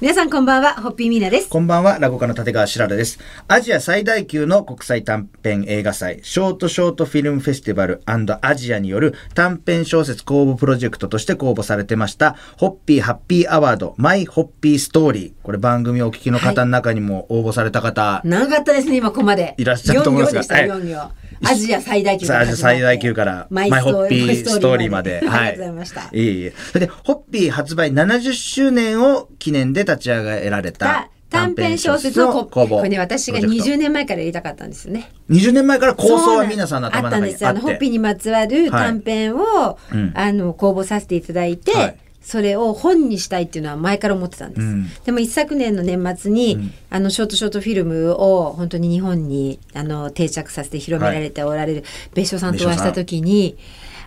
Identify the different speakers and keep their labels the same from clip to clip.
Speaker 1: 皆さんこんばんは、ホッピーミーナです。
Speaker 2: こんばんは、落語家の立川しららです。アジア最大級の国際短編映画祭、ショートショートフィルムフェスティバルアジアによる短編小説公募プロジェクトとして公募されてました、ホッピーハッピーアワード、マイホッピーストーリー。これ番組をお聞きの方の中にも応募された方、
Speaker 1: 長かったですね、今ここまで。
Speaker 2: いらっしゃると思いますが
Speaker 1: 4行でした、
Speaker 2: はい
Speaker 1: 4行。アジア最大級
Speaker 2: さあアジア最大級からマイホッピーストーリーまで。
Speaker 1: はい。ありがとうございました。
Speaker 2: いえいえ。それで、ホッピー発売70周年を記念で立ち上げられた
Speaker 1: 短編小説をこ
Speaker 2: 公募
Speaker 1: これね私が
Speaker 2: プロジェクト
Speaker 1: 20年前からやりたかったんですよね。
Speaker 2: 20年前から構想は皆さんの頭の中にあ
Speaker 1: そ
Speaker 2: っ
Speaker 1: うなんですあのホッピー
Speaker 2: て。
Speaker 1: にまつわる短編を、
Speaker 2: うん
Speaker 1: あの公募させていただいて、
Speaker 2: はい
Speaker 1: それを本にしたいっていうのは前から思ってたんです、
Speaker 2: うん
Speaker 1: でも一昨年の年末に、あのショートショートフィルムを本当に日本にあの定着させて広められておられる別所さんとお会いした時に、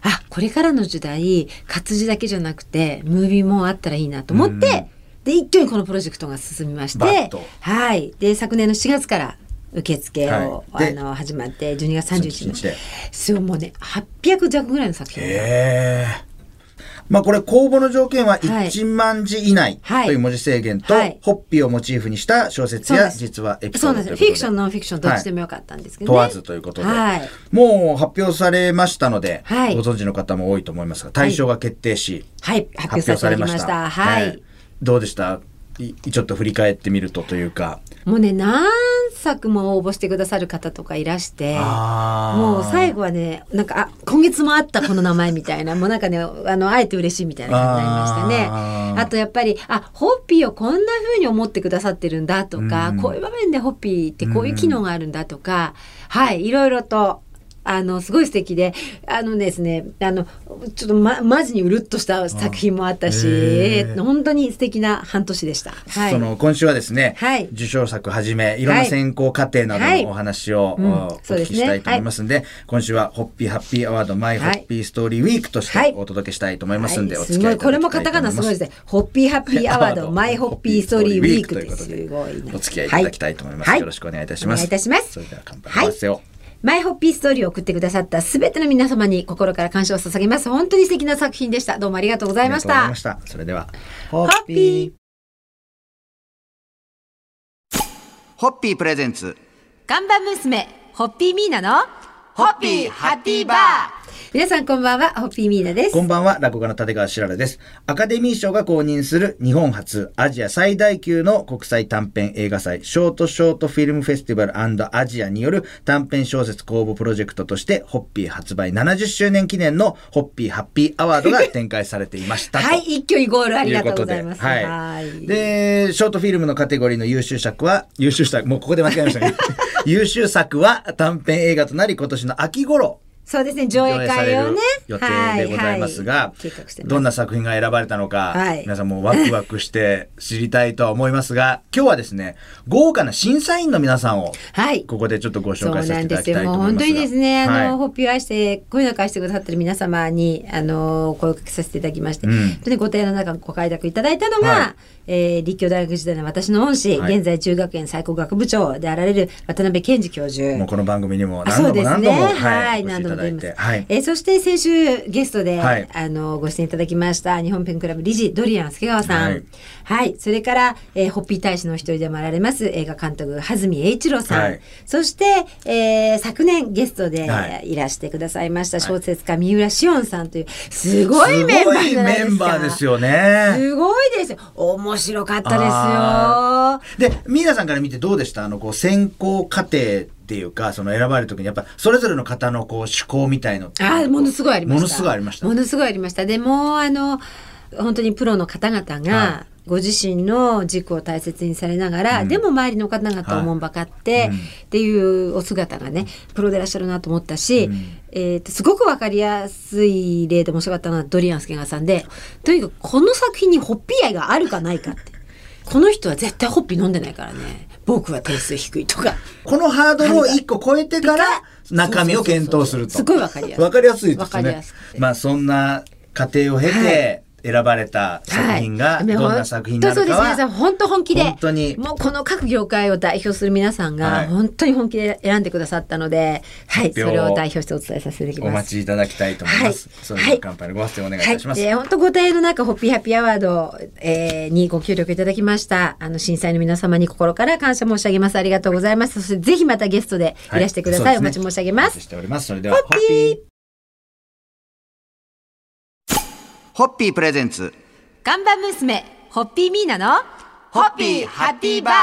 Speaker 1: あこれからの時代活字だけじゃなくてムービーもあったらいいなと思って、で一挙にこのプロジェクトが進みまし
Speaker 2: バ
Speaker 1: て
Speaker 2: ッと
Speaker 1: はいで昨年の4月から受付を、
Speaker 2: は
Speaker 1: あ
Speaker 2: いで
Speaker 1: の始まって12月31
Speaker 2: 31日です
Speaker 1: ごいもうね800弱ぐらいの作品、
Speaker 2: ええまあこれ公募の条件は
Speaker 1: はい
Speaker 2: 1万字以内
Speaker 1: はい
Speaker 2: という文字制限と、
Speaker 1: はい
Speaker 2: ホッピーをモチーフにした小説
Speaker 1: そうなん
Speaker 2: や
Speaker 1: です
Speaker 2: 実話エピ
Speaker 1: そ
Speaker 2: ソ
Speaker 1: う
Speaker 2: ー
Speaker 1: な
Speaker 2: ド
Speaker 1: ん
Speaker 2: と
Speaker 1: ですよフィ
Speaker 2: いうこと
Speaker 1: クションノンフィクションどっちでも
Speaker 2: はい
Speaker 1: よかったんですけど、ね
Speaker 2: 問わずということで、
Speaker 1: はい
Speaker 2: もう発表されましたので、
Speaker 1: はい
Speaker 2: ご存知の方も多いと思いますが対象が決定し、
Speaker 1: はい発表させていただきました
Speaker 2: 発表さ
Speaker 1: は
Speaker 2: れ
Speaker 1: い、
Speaker 2: まどうでしたいちょっと振り返ってみるとというか
Speaker 1: もうね何作も応募してくださる方とかいらして
Speaker 2: あー
Speaker 1: もう最後はねなんかあ今月もあったこの名前みたい なもうなんかねあのあえて嬉しいみたいな感じになりましたね
Speaker 2: あ
Speaker 1: あ
Speaker 2: ー
Speaker 1: とやっぱりあホッピーをこんな風に思ってくださってるんだとか、
Speaker 2: うん
Speaker 1: こういう場面でホッピーってこういう機能があるんだとか、はいいろいろと。あのすごい素敵であのですねあのちょっと、ま、マジにうるっとした作品もあったし、
Speaker 2: あへー
Speaker 1: 本当に素敵な半年でした。はい、
Speaker 2: その今週はですね、
Speaker 1: はい
Speaker 2: 受賞作はじめいろんな選考過程など
Speaker 1: はい
Speaker 2: のお話を、
Speaker 1: うん
Speaker 2: おお
Speaker 1: そうで
Speaker 2: 聞
Speaker 1: すね
Speaker 2: きしたいと思いますんで、今週はホッピーハッピーアワードマイホ
Speaker 1: はい
Speaker 2: ッピーストーリーウィークとし
Speaker 1: はい
Speaker 2: てお届けしたいと思いますんで、
Speaker 1: はい
Speaker 2: お付き合いいた
Speaker 1: すごいこれ
Speaker 2: だきたいと思います。
Speaker 1: もカタカナすごいですね。ホッピーハッピーアワー ドマイホッピーストーリーウィーク
Speaker 2: と
Speaker 1: と
Speaker 2: い
Speaker 1: いうう
Speaker 2: こ
Speaker 1: ことと
Speaker 2: で
Speaker 1: で、すごいな
Speaker 2: お付き合いいただきたいと思います。
Speaker 1: は
Speaker 2: よろしくお願いいたしま
Speaker 1: お願
Speaker 2: す。
Speaker 1: いいたします
Speaker 2: それでは乾杯。
Speaker 1: はい
Speaker 2: おせよ
Speaker 1: マイホッピーストーリーを送ってくださったすべての皆様に心から感謝を捧げます。本当に素敵な作品でした。どうもありがとうござ
Speaker 2: あ
Speaker 1: いました。
Speaker 2: りがとうございました。それでは
Speaker 1: ホ
Speaker 2: ホ
Speaker 1: ッピー
Speaker 3: ホッピープレゼンツ。
Speaker 1: ガンバ娘、ホッピーミーナの、
Speaker 3: ホッピーハッピーバー
Speaker 1: 皆さんこんばんは、ホッピーミーナです
Speaker 2: こ。んばんは、落語家の立川しららです。アカデミー賞が公認する日本初、アジア最大級の国際短編映画祭、ショートショートフィルムフェスティバルアジアによる短編小説公募プロジェクトとして、ホッピー発売70周年記念のホッピーハッピーアワードが展開されていましたと。
Speaker 1: はい、一挙にゴールあり
Speaker 2: い
Speaker 1: が
Speaker 2: う
Speaker 1: とう
Speaker 2: こ
Speaker 1: ご
Speaker 2: と
Speaker 1: ざ
Speaker 2: で
Speaker 1: います。
Speaker 2: はい。で、ショートフィルムのカテゴリーの優秀作は、 優秀作、もうここで間違えましたね。 優秀作は短編映画となり、今年の秋頃、
Speaker 1: そうですね、上映
Speaker 2: され
Speaker 1: 会を
Speaker 2: る
Speaker 1: ね。
Speaker 2: 予定でございます
Speaker 1: は
Speaker 2: が
Speaker 1: は、計画してます
Speaker 2: どんな作品が選ばれたのか、
Speaker 1: はい
Speaker 2: 皆さんもうワクワクして知りたいとは思いますが、今日はですね、豪華な審査員の皆さんを、
Speaker 1: はい
Speaker 2: ここでちょっとご
Speaker 1: そ
Speaker 2: 紹
Speaker 1: う
Speaker 2: 介さ
Speaker 1: なん
Speaker 2: せていた
Speaker 1: で
Speaker 2: だ
Speaker 1: す
Speaker 2: き
Speaker 1: よ。
Speaker 2: たいと
Speaker 1: もう
Speaker 2: 思い
Speaker 1: 本
Speaker 2: ま
Speaker 1: 当
Speaker 2: す
Speaker 1: に
Speaker 2: が
Speaker 1: ですね、あの、
Speaker 2: はい
Speaker 1: ホッピーを愛して、声の返してくださってる皆様に、あの、お声をかけさせていただきまして、
Speaker 2: うん
Speaker 1: 本当にご提案の中、ご快諾いただいたのが、
Speaker 2: はい
Speaker 1: えー立教大学時代の私の恩師、
Speaker 2: はい
Speaker 1: 現在中学園最高学部長であられる渡辺健二教授。
Speaker 2: もうこの番組にも
Speaker 1: あ
Speaker 2: 何度も何度も、
Speaker 1: そうですね。はい、
Speaker 2: お越し
Speaker 1: 何
Speaker 2: い
Speaker 1: 度
Speaker 2: た
Speaker 1: も
Speaker 2: だ
Speaker 1: 出
Speaker 2: い
Speaker 1: ます
Speaker 2: て。。はい。
Speaker 1: えーそして先週ゲストで、
Speaker 2: はい
Speaker 1: あのご出演いただきました日本ペンクラブ理事ドリアン助川さん。は
Speaker 2: はいい。
Speaker 1: それから、えーホッピー大使の一人でもあられます映画監督はずみ栄一郎さん。
Speaker 2: はい
Speaker 1: そして、えー昨年ゲストで
Speaker 2: はい
Speaker 1: らしてくださいました小説家三浦紫音さんというすごいメンバーじゃないですか。
Speaker 2: すごいメンバーです。よね。
Speaker 1: すごいですよ。面白かったですよ
Speaker 2: あ。で、ミーナさんから見てどうでしたあの、こう、選考過程っていうか、その選ばれるときに、やっぱ、それぞれの方の、こう、趣向みたいのって
Speaker 1: あーものすごいありました
Speaker 2: ものすごいありました
Speaker 1: も。のすごいありましたでもうあの本当にプロの方々が、
Speaker 2: は
Speaker 1: ご自身の軸を大切にされながら、でも周りの方々をおもんばかって、
Speaker 2: うん
Speaker 1: っていうお姿がねプロでいらっしゃるなと思ったし、えーとすごくわかりやすい例で面白かったのはドリアン助川さんでとにかくこの作品にホッピー愛があるかないかってこの人は絶対ホッピー飲んでないからね僕は点数低いとか。
Speaker 2: このハードルを一個超えてから中身を検討すると。
Speaker 1: そうそうそうそうすごいわかりやすい
Speaker 2: わかりやすいですね。
Speaker 1: わかりやすくて
Speaker 2: まあそんな過程を経て、
Speaker 1: はい
Speaker 2: 選ばれた作品が
Speaker 1: はい
Speaker 2: どんな作品なのか
Speaker 1: 本当そうです皆さ
Speaker 2: は
Speaker 1: ん本当本気で
Speaker 2: 本当に
Speaker 1: もうこの各業界を代表する皆さん
Speaker 2: は
Speaker 1: が
Speaker 2: い
Speaker 1: 本当に本気で選んでくださったので、はい、そ
Speaker 2: 発表を
Speaker 1: れを代表してお伝えさせていただき
Speaker 2: お
Speaker 1: ま
Speaker 2: 待
Speaker 1: す。
Speaker 2: ちいただきたいと思います。
Speaker 1: はい
Speaker 2: それでは乾杯のご発声お願いい
Speaker 1: はい
Speaker 2: たしま、す。
Speaker 1: えー、本当ご対応の中、ホッピーハッピーアワード、えーにご協力いただきました。あの、震災の皆様に心から感謝申し上げます。ありがとうございます。そして、ぜひまたゲストでいらしてください。
Speaker 2: は
Speaker 1: お
Speaker 2: そうで
Speaker 1: 待
Speaker 2: す
Speaker 1: ち
Speaker 2: ね
Speaker 1: 申し上げま
Speaker 2: お待
Speaker 1: す
Speaker 2: ち。しております。それでは、
Speaker 1: ホッピー
Speaker 2: ホ
Speaker 3: ホッピープレゼンツ
Speaker 1: 看板娘、ホッピーミーナの、
Speaker 3: ホッピーハッピーバー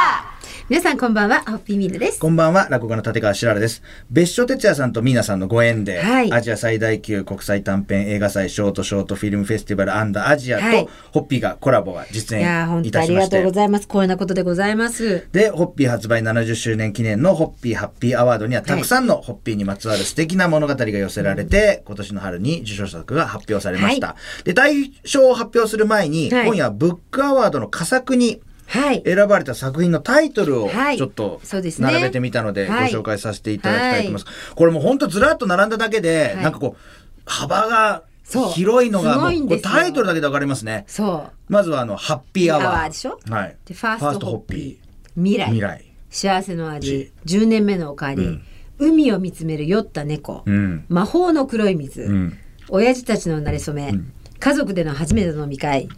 Speaker 1: 皆さんこんばんは、ホッピーミーナです。
Speaker 2: こんばんは、落語家の立川しららです。別所哲也さんとミーナさんのご縁で、
Speaker 1: はい
Speaker 2: アジア最大級国際短編映画祭ショートショートフィルムフェスティバルアジアと、
Speaker 1: はい
Speaker 2: ホッピーがコラボが実
Speaker 1: いやー
Speaker 2: 演
Speaker 1: 本
Speaker 2: い
Speaker 1: 当
Speaker 2: た
Speaker 1: あ
Speaker 2: し
Speaker 1: り
Speaker 2: ま
Speaker 1: が
Speaker 2: し
Speaker 1: とうご
Speaker 2: て。
Speaker 1: ざいます。光栄なことでございます。
Speaker 2: で、ホッピー発売70周年記念のホッピーハッピーアワードにはたくさんのホッピーにまつわる素敵な物語が寄せられて、今年の春に受賞作が発表されました。
Speaker 1: は
Speaker 2: で、大賞を発表する前に、
Speaker 1: はい
Speaker 2: 今夜はブックアワードの佳作に
Speaker 1: はい。
Speaker 2: 選ばれた作品のタイトルを
Speaker 1: はい
Speaker 2: ちょっと
Speaker 1: そうですね
Speaker 2: 並べてみたのでご
Speaker 1: はい
Speaker 2: 紹介させていただきたいと思います。これもうほんとずらっと並んだだけで、
Speaker 1: はい
Speaker 2: なんかこう幅が
Speaker 1: そう
Speaker 2: 広いのが
Speaker 1: す
Speaker 2: も
Speaker 1: ご
Speaker 2: う
Speaker 1: いん
Speaker 2: こ
Speaker 1: で
Speaker 2: れ
Speaker 1: すよ
Speaker 2: タイトルだけでわかりますね。
Speaker 1: そう。
Speaker 2: まずはあのハッピーアワー。
Speaker 1: アワーでしょ
Speaker 2: はい。
Speaker 1: で、ファーストホッピー。未来。
Speaker 2: 未来。
Speaker 1: 幸せの味。10年目のおかわり。海を見つめる酔った猫。
Speaker 2: うん
Speaker 1: 魔法の黒い水。
Speaker 2: ん
Speaker 1: 親父たちの馴れ初め。家族での初めての飲み会。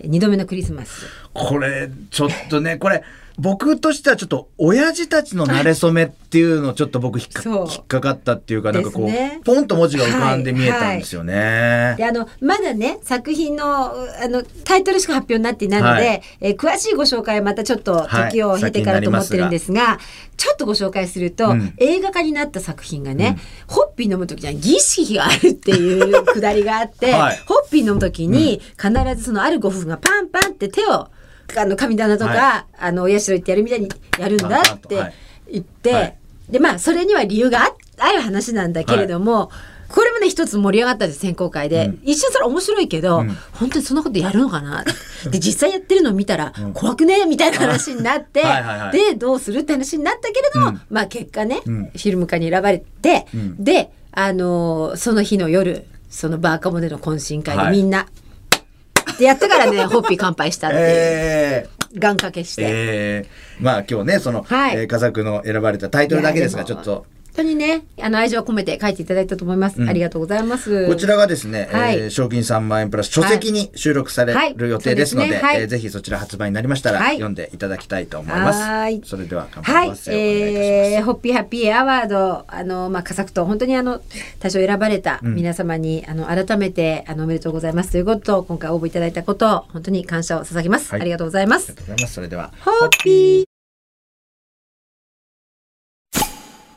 Speaker 1: 2度目のクリスマス。
Speaker 2: これちょっとねこれ僕としてはちょっと親父たちの馴れ初めっていうのちょっと僕引っか
Speaker 1: そう
Speaker 2: 引っかかったっていうかなんかこう、
Speaker 1: ですね
Speaker 2: ポンと文字が浮かんで見えたんですよね。
Speaker 1: であのまだね作品のうあのタイトルしか発表になっていないので、
Speaker 2: はい
Speaker 1: えー詳しいご紹介はまたちょっと
Speaker 2: はい
Speaker 1: 時を経てからと思ってるんですが,、ちょっとご紹介すると、
Speaker 2: ん
Speaker 1: 映画化になった作品がね、ホッピー飲む時には儀式があるっていうくだりがあって、
Speaker 2: はい
Speaker 1: ホッピー飲む時に必ずそのあるご夫婦がパンパンって手をあの神棚とか、
Speaker 2: は
Speaker 1: あのお社行ってやるみたいにやるんだ
Speaker 2: パンパン
Speaker 1: っ
Speaker 2: とは
Speaker 1: て
Speaker 2: い
Speaker 1: 言って、
Speaker 2: はい
Speaker 1: でまあそれには理由があある話なんだけれども、これもね一つ盛り上がったんです選考会で、一瞬それ面白いけど、本当にそんなことやるのかなで実際やってるのを見たら怖くねみたいな話になって
Speaker 2: はいはいはい
Speaker 1: でどうするって話になったけれども、まあ結果ね、フィルム化に選ばれて、で、あのーその日の夜そのバーカモでの懇親会
Speaker 2: はい
Speaker 1: でみんな、でやったから ねホッピー乾杯したっていう、
Speaker 2: えー
Speaker 1: 願掛けして。
Speaker 2: ええまあ今日ねその、
Speaker 1: はい
Speaker 2: えー、カザクの選ばれたタイトルだけですが
Speaker 1: い
Speaker 2: ち
Speaker 1: や
Speaker 2: ょ
Speaker 1: も
Speaker 2: っと
Speaker 1: 本当にねあの愛情を込めて書いていただいたと思います、ありがとうございます
Speaker 2: こちらがですね、
Speaker 1: はい
Speaker 2: えー賞金3万円プラス書籍に収録される予定ですの
Speaker 1: はい
Speaker 2: で,、
Speaker 1: そうですねはい
Speaker 2: えーぜひそちら発売になりましたら、
Speaker 1: はい
Speaker 2: 読んでいただきたいと思います。
Speaker 1: はい
Speaker 2: それでは乾
Speaker 1: は
Speaker 2: 杯
Speaker 1: い
Speaker 2: のご、発声をお願いいたします。
Speaker 1: えー、ホッピーハッピーアワード、あの、まあ、佳作と本当にあの、多少選ばれた皆様に、あの、改めて、あの、おめでとうございますということと、今回応募いただいたことを、本当に感謝を捧げます。
Speaker 2: はい
Speaker 1: ありがとうございま
Speaker 2: あり
Speaker 1: す
Speaker 2: が。とうございます。それでは。
Speaker 1: ホッピー、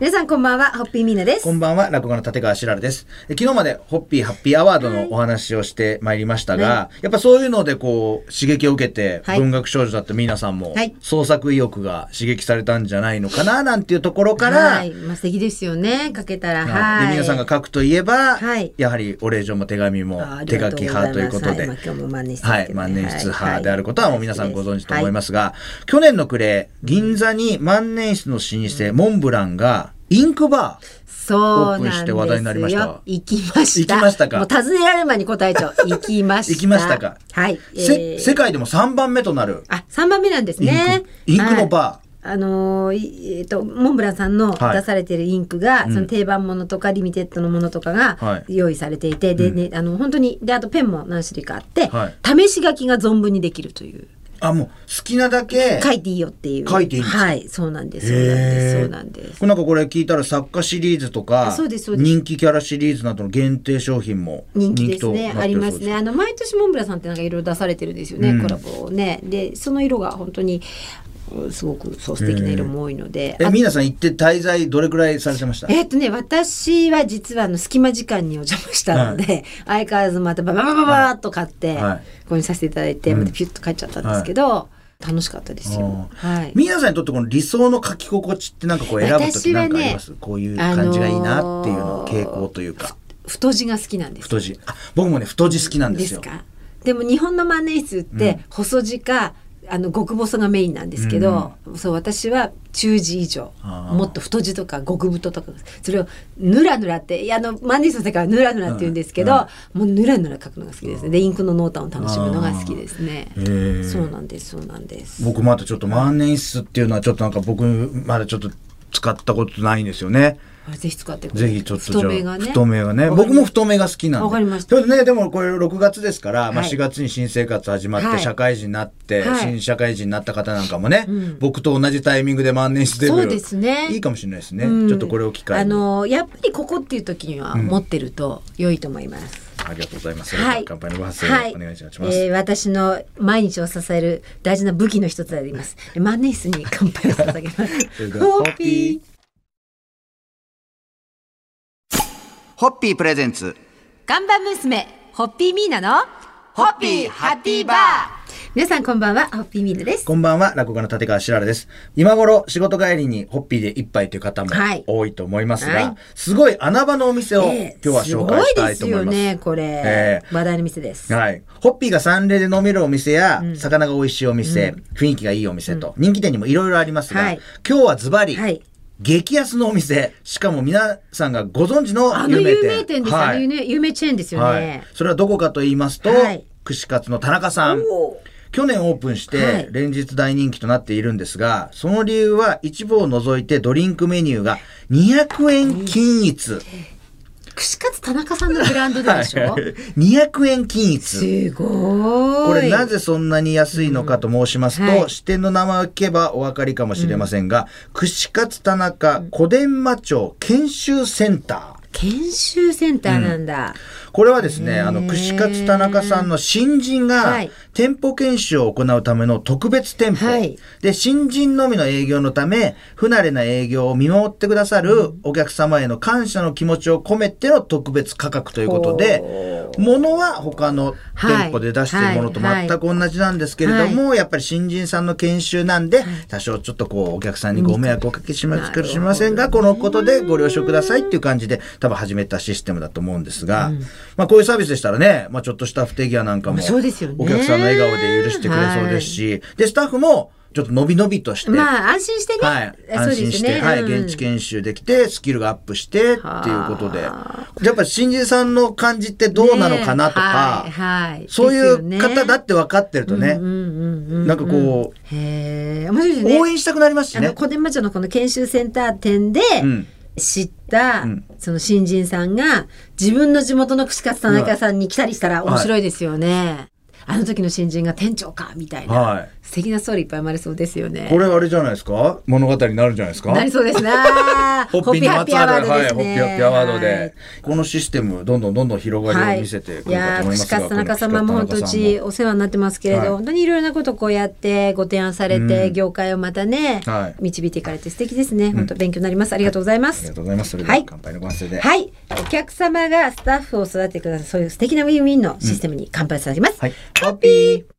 Speaker 1: 皆さんこんばんは、ホッピーミーナです。
Speaker 2: こんばんは、落語家の立川しららです。え昨日までホッピーハッピーアワードのお話をしてまいりましたが、やっぱそういうのでこう刺激を受けて、
Speaker 1: はい
Speaker 2: 文学少女だった皆さんも、
Speaker 1: はい
Speaker 2: 創作意欲が刺激されたんじゃないのかななんていうところから、
Speaker 1: はい、まあ、素敵ですよね、かけたら。はい。
Speaker 2: で皆さんが書くといえば、
Speaker 1: はい
Speaker 2: やはりお礼状も手紙も
Speaker 1: ああり
Speaker 2: 手書
Speaker 1: がとう
Speaker 2: き
Speaker 1: ございま
Speaker 2: 派
Speaker 1: す
Speaker 2: ということで、
Speaker 1: はいまあ今日も万年筆
Speaker 2: は
Speaker 1: です
Speaker 2: い
Speaker 1: けどね
Speaker 2: 万年筆
Speaker 1: は
Speaker 2: 派
Speaker 1: い
Speaker 2: であることはもう皆さんご存知と思いますが、去年の暮れ銀座に万年筆の老舗、モンブランがインクバー
Speaker 1: そうなん
Speaker 2: オープ
Speaker 1: で
Speaker 2: ン
Speaker 1: す
Speaker 2: し
Speaker 1: よ。
Speaker 2: て話題になりました
Speaker 1: 行きました。
Speaker 2: 行きましたか
Speaker 1: もう尋ねられる前に答えちゃう。 行きました。
Speaker 2: 行きましたか
Speaker 1: はい。
Speaker 2: せ
Speaker 1: えー
Speaker 2: 世界でも3番目となる
Speaker 1: あ、三番目なんですね。
Speaker 2: インクインクのバー
Speaker 1: はいあのーいえっとモンブランさんの
Speaker 2: はい
Speaker 1: 出されてるインクが、その定番ものとかリミテッドのものとか
Speaker 2: は
Speaker 1: が
Speaker 2: い
Speaker 1: 用意されていて、でねあの本当にであとペンも何種類かあって、
Speaker 2: はい
Speaker 1: 試し書きが存分にできるという
Speaker 2: あもう好きなだけ
Speaker 1: 書いていいよっていう
Speaker 2: 書いていいんですか
Speaker 1: はいそうなんですそうなんで
Speaker 2: へ
Speaker 1: す
Speaker 2: ー
Speaker 1: そうなんです
Speaker 2: これなんかこれ聞いたら作家シリーズとか
Speaker 1: あそうですそうです
Speaker 2: 人気キャラシリーズなどの限定商品も
Speaker 1: 人気です
Speaker 2: と
Speaker 1: ね
Speaker 2: なっ
Speaker 1: あ
Speaker 2: て
Speaker 1: り
Speaker 2: るそ
Speaker 1: ま
Speaker 2: う
Speaker 1: す
Speaker 2: です
Speaker 1: ねあの毎年モンブランさんってなんかいろいろ出されてるんですよね、
Speaker 2: うん
Speaker 1: コラボをねでその色が本当にうんすごくそう素敵な色も多いので、
Speaker 2: え
Speaker 1: あ
Speaker 2: 皆さん行って滞在どれくらいされてました
Speaker 1: えっとね私は実はあの隙間時間にお邪魔したので、相変わらずまたバババババーっと買って、
Speaker 2: はい
Speaker 1: ここにさせていただいて、またピュッと帰っちゃったんですけど、楽しかったですよ。はい
Speaker 2: 皆さんにとってこの理想の書き心地ってなんかこう選ぶ時なんかあります、
Speaker 1: 私はね
Speaker 2: こういう感じがいい
Speaker 1: あ
Speaker 2: な
Speaker 1: のー
Speaker 2: っていうの傾向というか
Speaker 1: 太字が好きなんです
Speaker 2: 太字あ僕もね太字好きなんで
Speaker 1: です
Speaker 2: よ
Speaker 1: かでも日本の万年筆って細字かあの極細がメインなんですけど、そう私は中字以上
Speaker 2: あー
Speaker 1: もっと太字とか極太とかそれをぬらぬらっていやあのマンディスの世界はぬらぬらって言うんですけど、もうぬらぬら書くのが好きですねでインクの濃淡を楽しむのが好きですね
Speaker 2: へー
Speaker 1: そうなんですそうなんです
Speaker 2: 僕まだちょっと万年筆っていうのはちょっとなんか僕まだちょっと使ったことないんですよね。
Speaker 1: あれぜひ使ってくださ
Speaker 2: ぜ
Speaker 1: い
Speaker 2: ひちょっとじゃあ
Speaker 1: 太めがね
Speaker 2: 太めがね
Speaker 1: わかり
Speaker 2: 僕も太めが好きなんで
Speaker 1: わかりました
Speaker 2: ただねでもこれ6月ですから、まあ、
Speaker 1: はい
Speaker 2: 4月に新生活始まって、
Speaker 1: はい
Speaker 2: 社会人になって、
Speaker 1: はい
Speaker 2: 新社会人になった方なんかもね、
Speaker 1: うん
Speaker 2: 僕と同じタイミングで万年筆デビュー
Speaker 1: そうですね
Speaker 2: いいかもしれないですね、
Speaker 1: うん
Speaker 2: ちょっとこれを機会
Speaker 1: あ
Speaker 2: にあ
Speaker 1: のやっぱりここっていう時には持ってると良いと思います、
Speaker 2: りがとうございます、
Speaker 1: はい。
Speaker 2: 乾杯のご発声、お願いいたします、
Speaker 1: えー私の毎日を支える大事な武器の一つであります。万年筆に乾杯を捧げま
Speaker 2: それ
Speaker 1: す。
Speaker 2: では
Speaker 1: ホッピー。
Speaker 3: ホッピープレゼンツ
Speaker 1: ガンバ娘、ホッピーミーナの、
Speaker 3: ホッピーハッピーバー
Speaker 1: 皆さんこんばんは、ホッピーミーナです。
Speaker 2: こんばんは、落語家の立川しららです。今頃、仕事帰りにホッピーで一杯という方も
Speaker 1: はい
Speaker 2: 多いと思いますが、
Speaker 1: はい
Speaker 2: すごい穴場のお店を今
Speaker 1: え
Speaker 2: 日は紹介したいと思
Speaker 1: すごいですよ
Speaker 2: います。
Speaker 1: ね、これ。
Speaker 2: え
Speaker 1: 話題の店です。
Speaker 2: はい。ホッピーが三例で飲めるお店や、魚が美味しいお店、雰囲気がいいお店と、人気店にもいろいろありますが、
Speaker 1: はい
Speaker 2: 今日はズバリ、
Speaker 1: はい
Speaker 2: 激安のお店、しかも皆さんがご存知の
Speaker 1: あの
Speaker 2: 有名店。
Speaker 1: 有名店です、
Speaker 2: は
Speaker 1: あ
Speaker 2: い
Speaker 1: の有名有名チェーンですよ
Speaker 2: はい
Speaker 1: ね。
Speaker 2: それはどこかと言いますと、
Speaker 1: はい
Speaker 2: 串カツの田中さん。
Speaker 1: おー
Speaker 2: 去年オープンし
Speaker 1: は
Speaker 2: て
Speaker 1: い
Speaker 2: 連日大人気となっているんですが、その理由は一部を除いてドリンクメニューが200円均一。
Speaker 1: 串カツ田中さんのブランドでし ょ
Speaker 2: 200円均一。
Speaker 1: すごーい。
Speaker 2: これなぜそんなに安いのかと申しますと、
Speaker 1: うんはい
Speaker 2: 支店の名前を聞けばお分かりかもしれませんが、串カツ田中小伝馬町研修センター。
Speaker 1: 研修センターなんだ。
Speaker 2: これはです
Speaker 1: へ
Speaker 2: ね、
Speaker 1: ー
Speaker 2: あの、串カツ田中さんの新人
Speaker 1: は
Speaker 2: が
Speaker 1: い、
Speaker 2: 店舗研修を行うための特別店舗。
Speaker 1: はい
Speaker 2: で、新人のみの営業のため、不慣れな営業を見守ってくださるお客様への感謝の気持ちを込めての特別価格ということで、物は他の店舗で出しているものと
Speaker 1: はい
Speaker 2: 全く同じなんですけれども、やっぱり新人さんの研修なんで、多少ちょっとこう、お客さんにご迷惑をおかけしますけどしませんが、このことでご了承くださいっていう感じで、多分始めたシステムだと思うんですが、まあこういうサービスでしたらね、まあちょっとした不手際なんかも、
Speaker 1: そうですよね
Speaker 2: お客さんの笑顔で許してくれそうですし、で、スタッフも、ちょっと伸び伸びとして、
Speaker 1: まあ安心してね。
Speaker 2: はい、安心して、はい、現地研修できて、スキルがアップしてっていうことで、や
Speaker 1: は
Speaker 2: っぱり新人さんの感じってどうなのかなとか、
Speaker 1: ねはいはい
Speaker 2: そういう
Speaker 1: です
Speaker 2: 方
Speaker 1: よ
Speaker 2: だ
Speaker 1: ね
Speaker 2: って分かってるとね、
Speaker 1: うんうんうんうん
Speaker 2: なんかこう、
Speaker 1: へえ面白いですね。
Speaker 2: 応援したくなりますし
Speaker 1: あの
Speaker 2: ね。
Speaker 1: 小伝馬町のこの研修センター店で
Speaker 2: うん
Speaker 1: 知った、
Speaker 2: ん
Speaker 1: その新人さんが自分の地元の串カツ田中さんに来たりしたら面白いですよね。あの時の新人が店長かみたいな、
Speaker 2: は
Speaker 1: 素敵なストーリーいっぱい生まれそうですよね。
Speaker 2: い。これあれじゃないですか物語になるんじゃないですか
Speaker 1: なりそう ですね。
Speaker 2: ホッピーにまつわる、はい、ホッピーハッピーアワードで、
Speaker 1: はい
Speaker 2: このシステム、どんどんどんどん広がりを見せてく
Speaker 1: い
Speaker 2: れるか
Speaker 1: や
Speaker 2: と
Speaker 1: ー
Speaker 2: 思いま
Speaker 1: 串
Speaker 2: すが、
Speaker 1: カツ田中様も本当うちお世話になってますけれど、
Speaker 2: はい
Speaker 1: 本当にいろいろなことをこうやってご提案されて、
Speaker 2: うん
Speaker 1: 業界をまたね、
Speaker 2: はい
Speaker 1: 導いていかれて素敵ですね本当勉強になりますありがとうございま
Speaker 2: あり
Speaker 1: す
Speaker 2: がとうございます。それで
Speaker 1: は
Speaker 2: はい乾杯のご発声で。
Speaker 1: はい、お客様がスタッフを育ててくださいそういう素敵なウィンウィンのシステムに乾杯させます、
Speaker 2: はい。ハッピー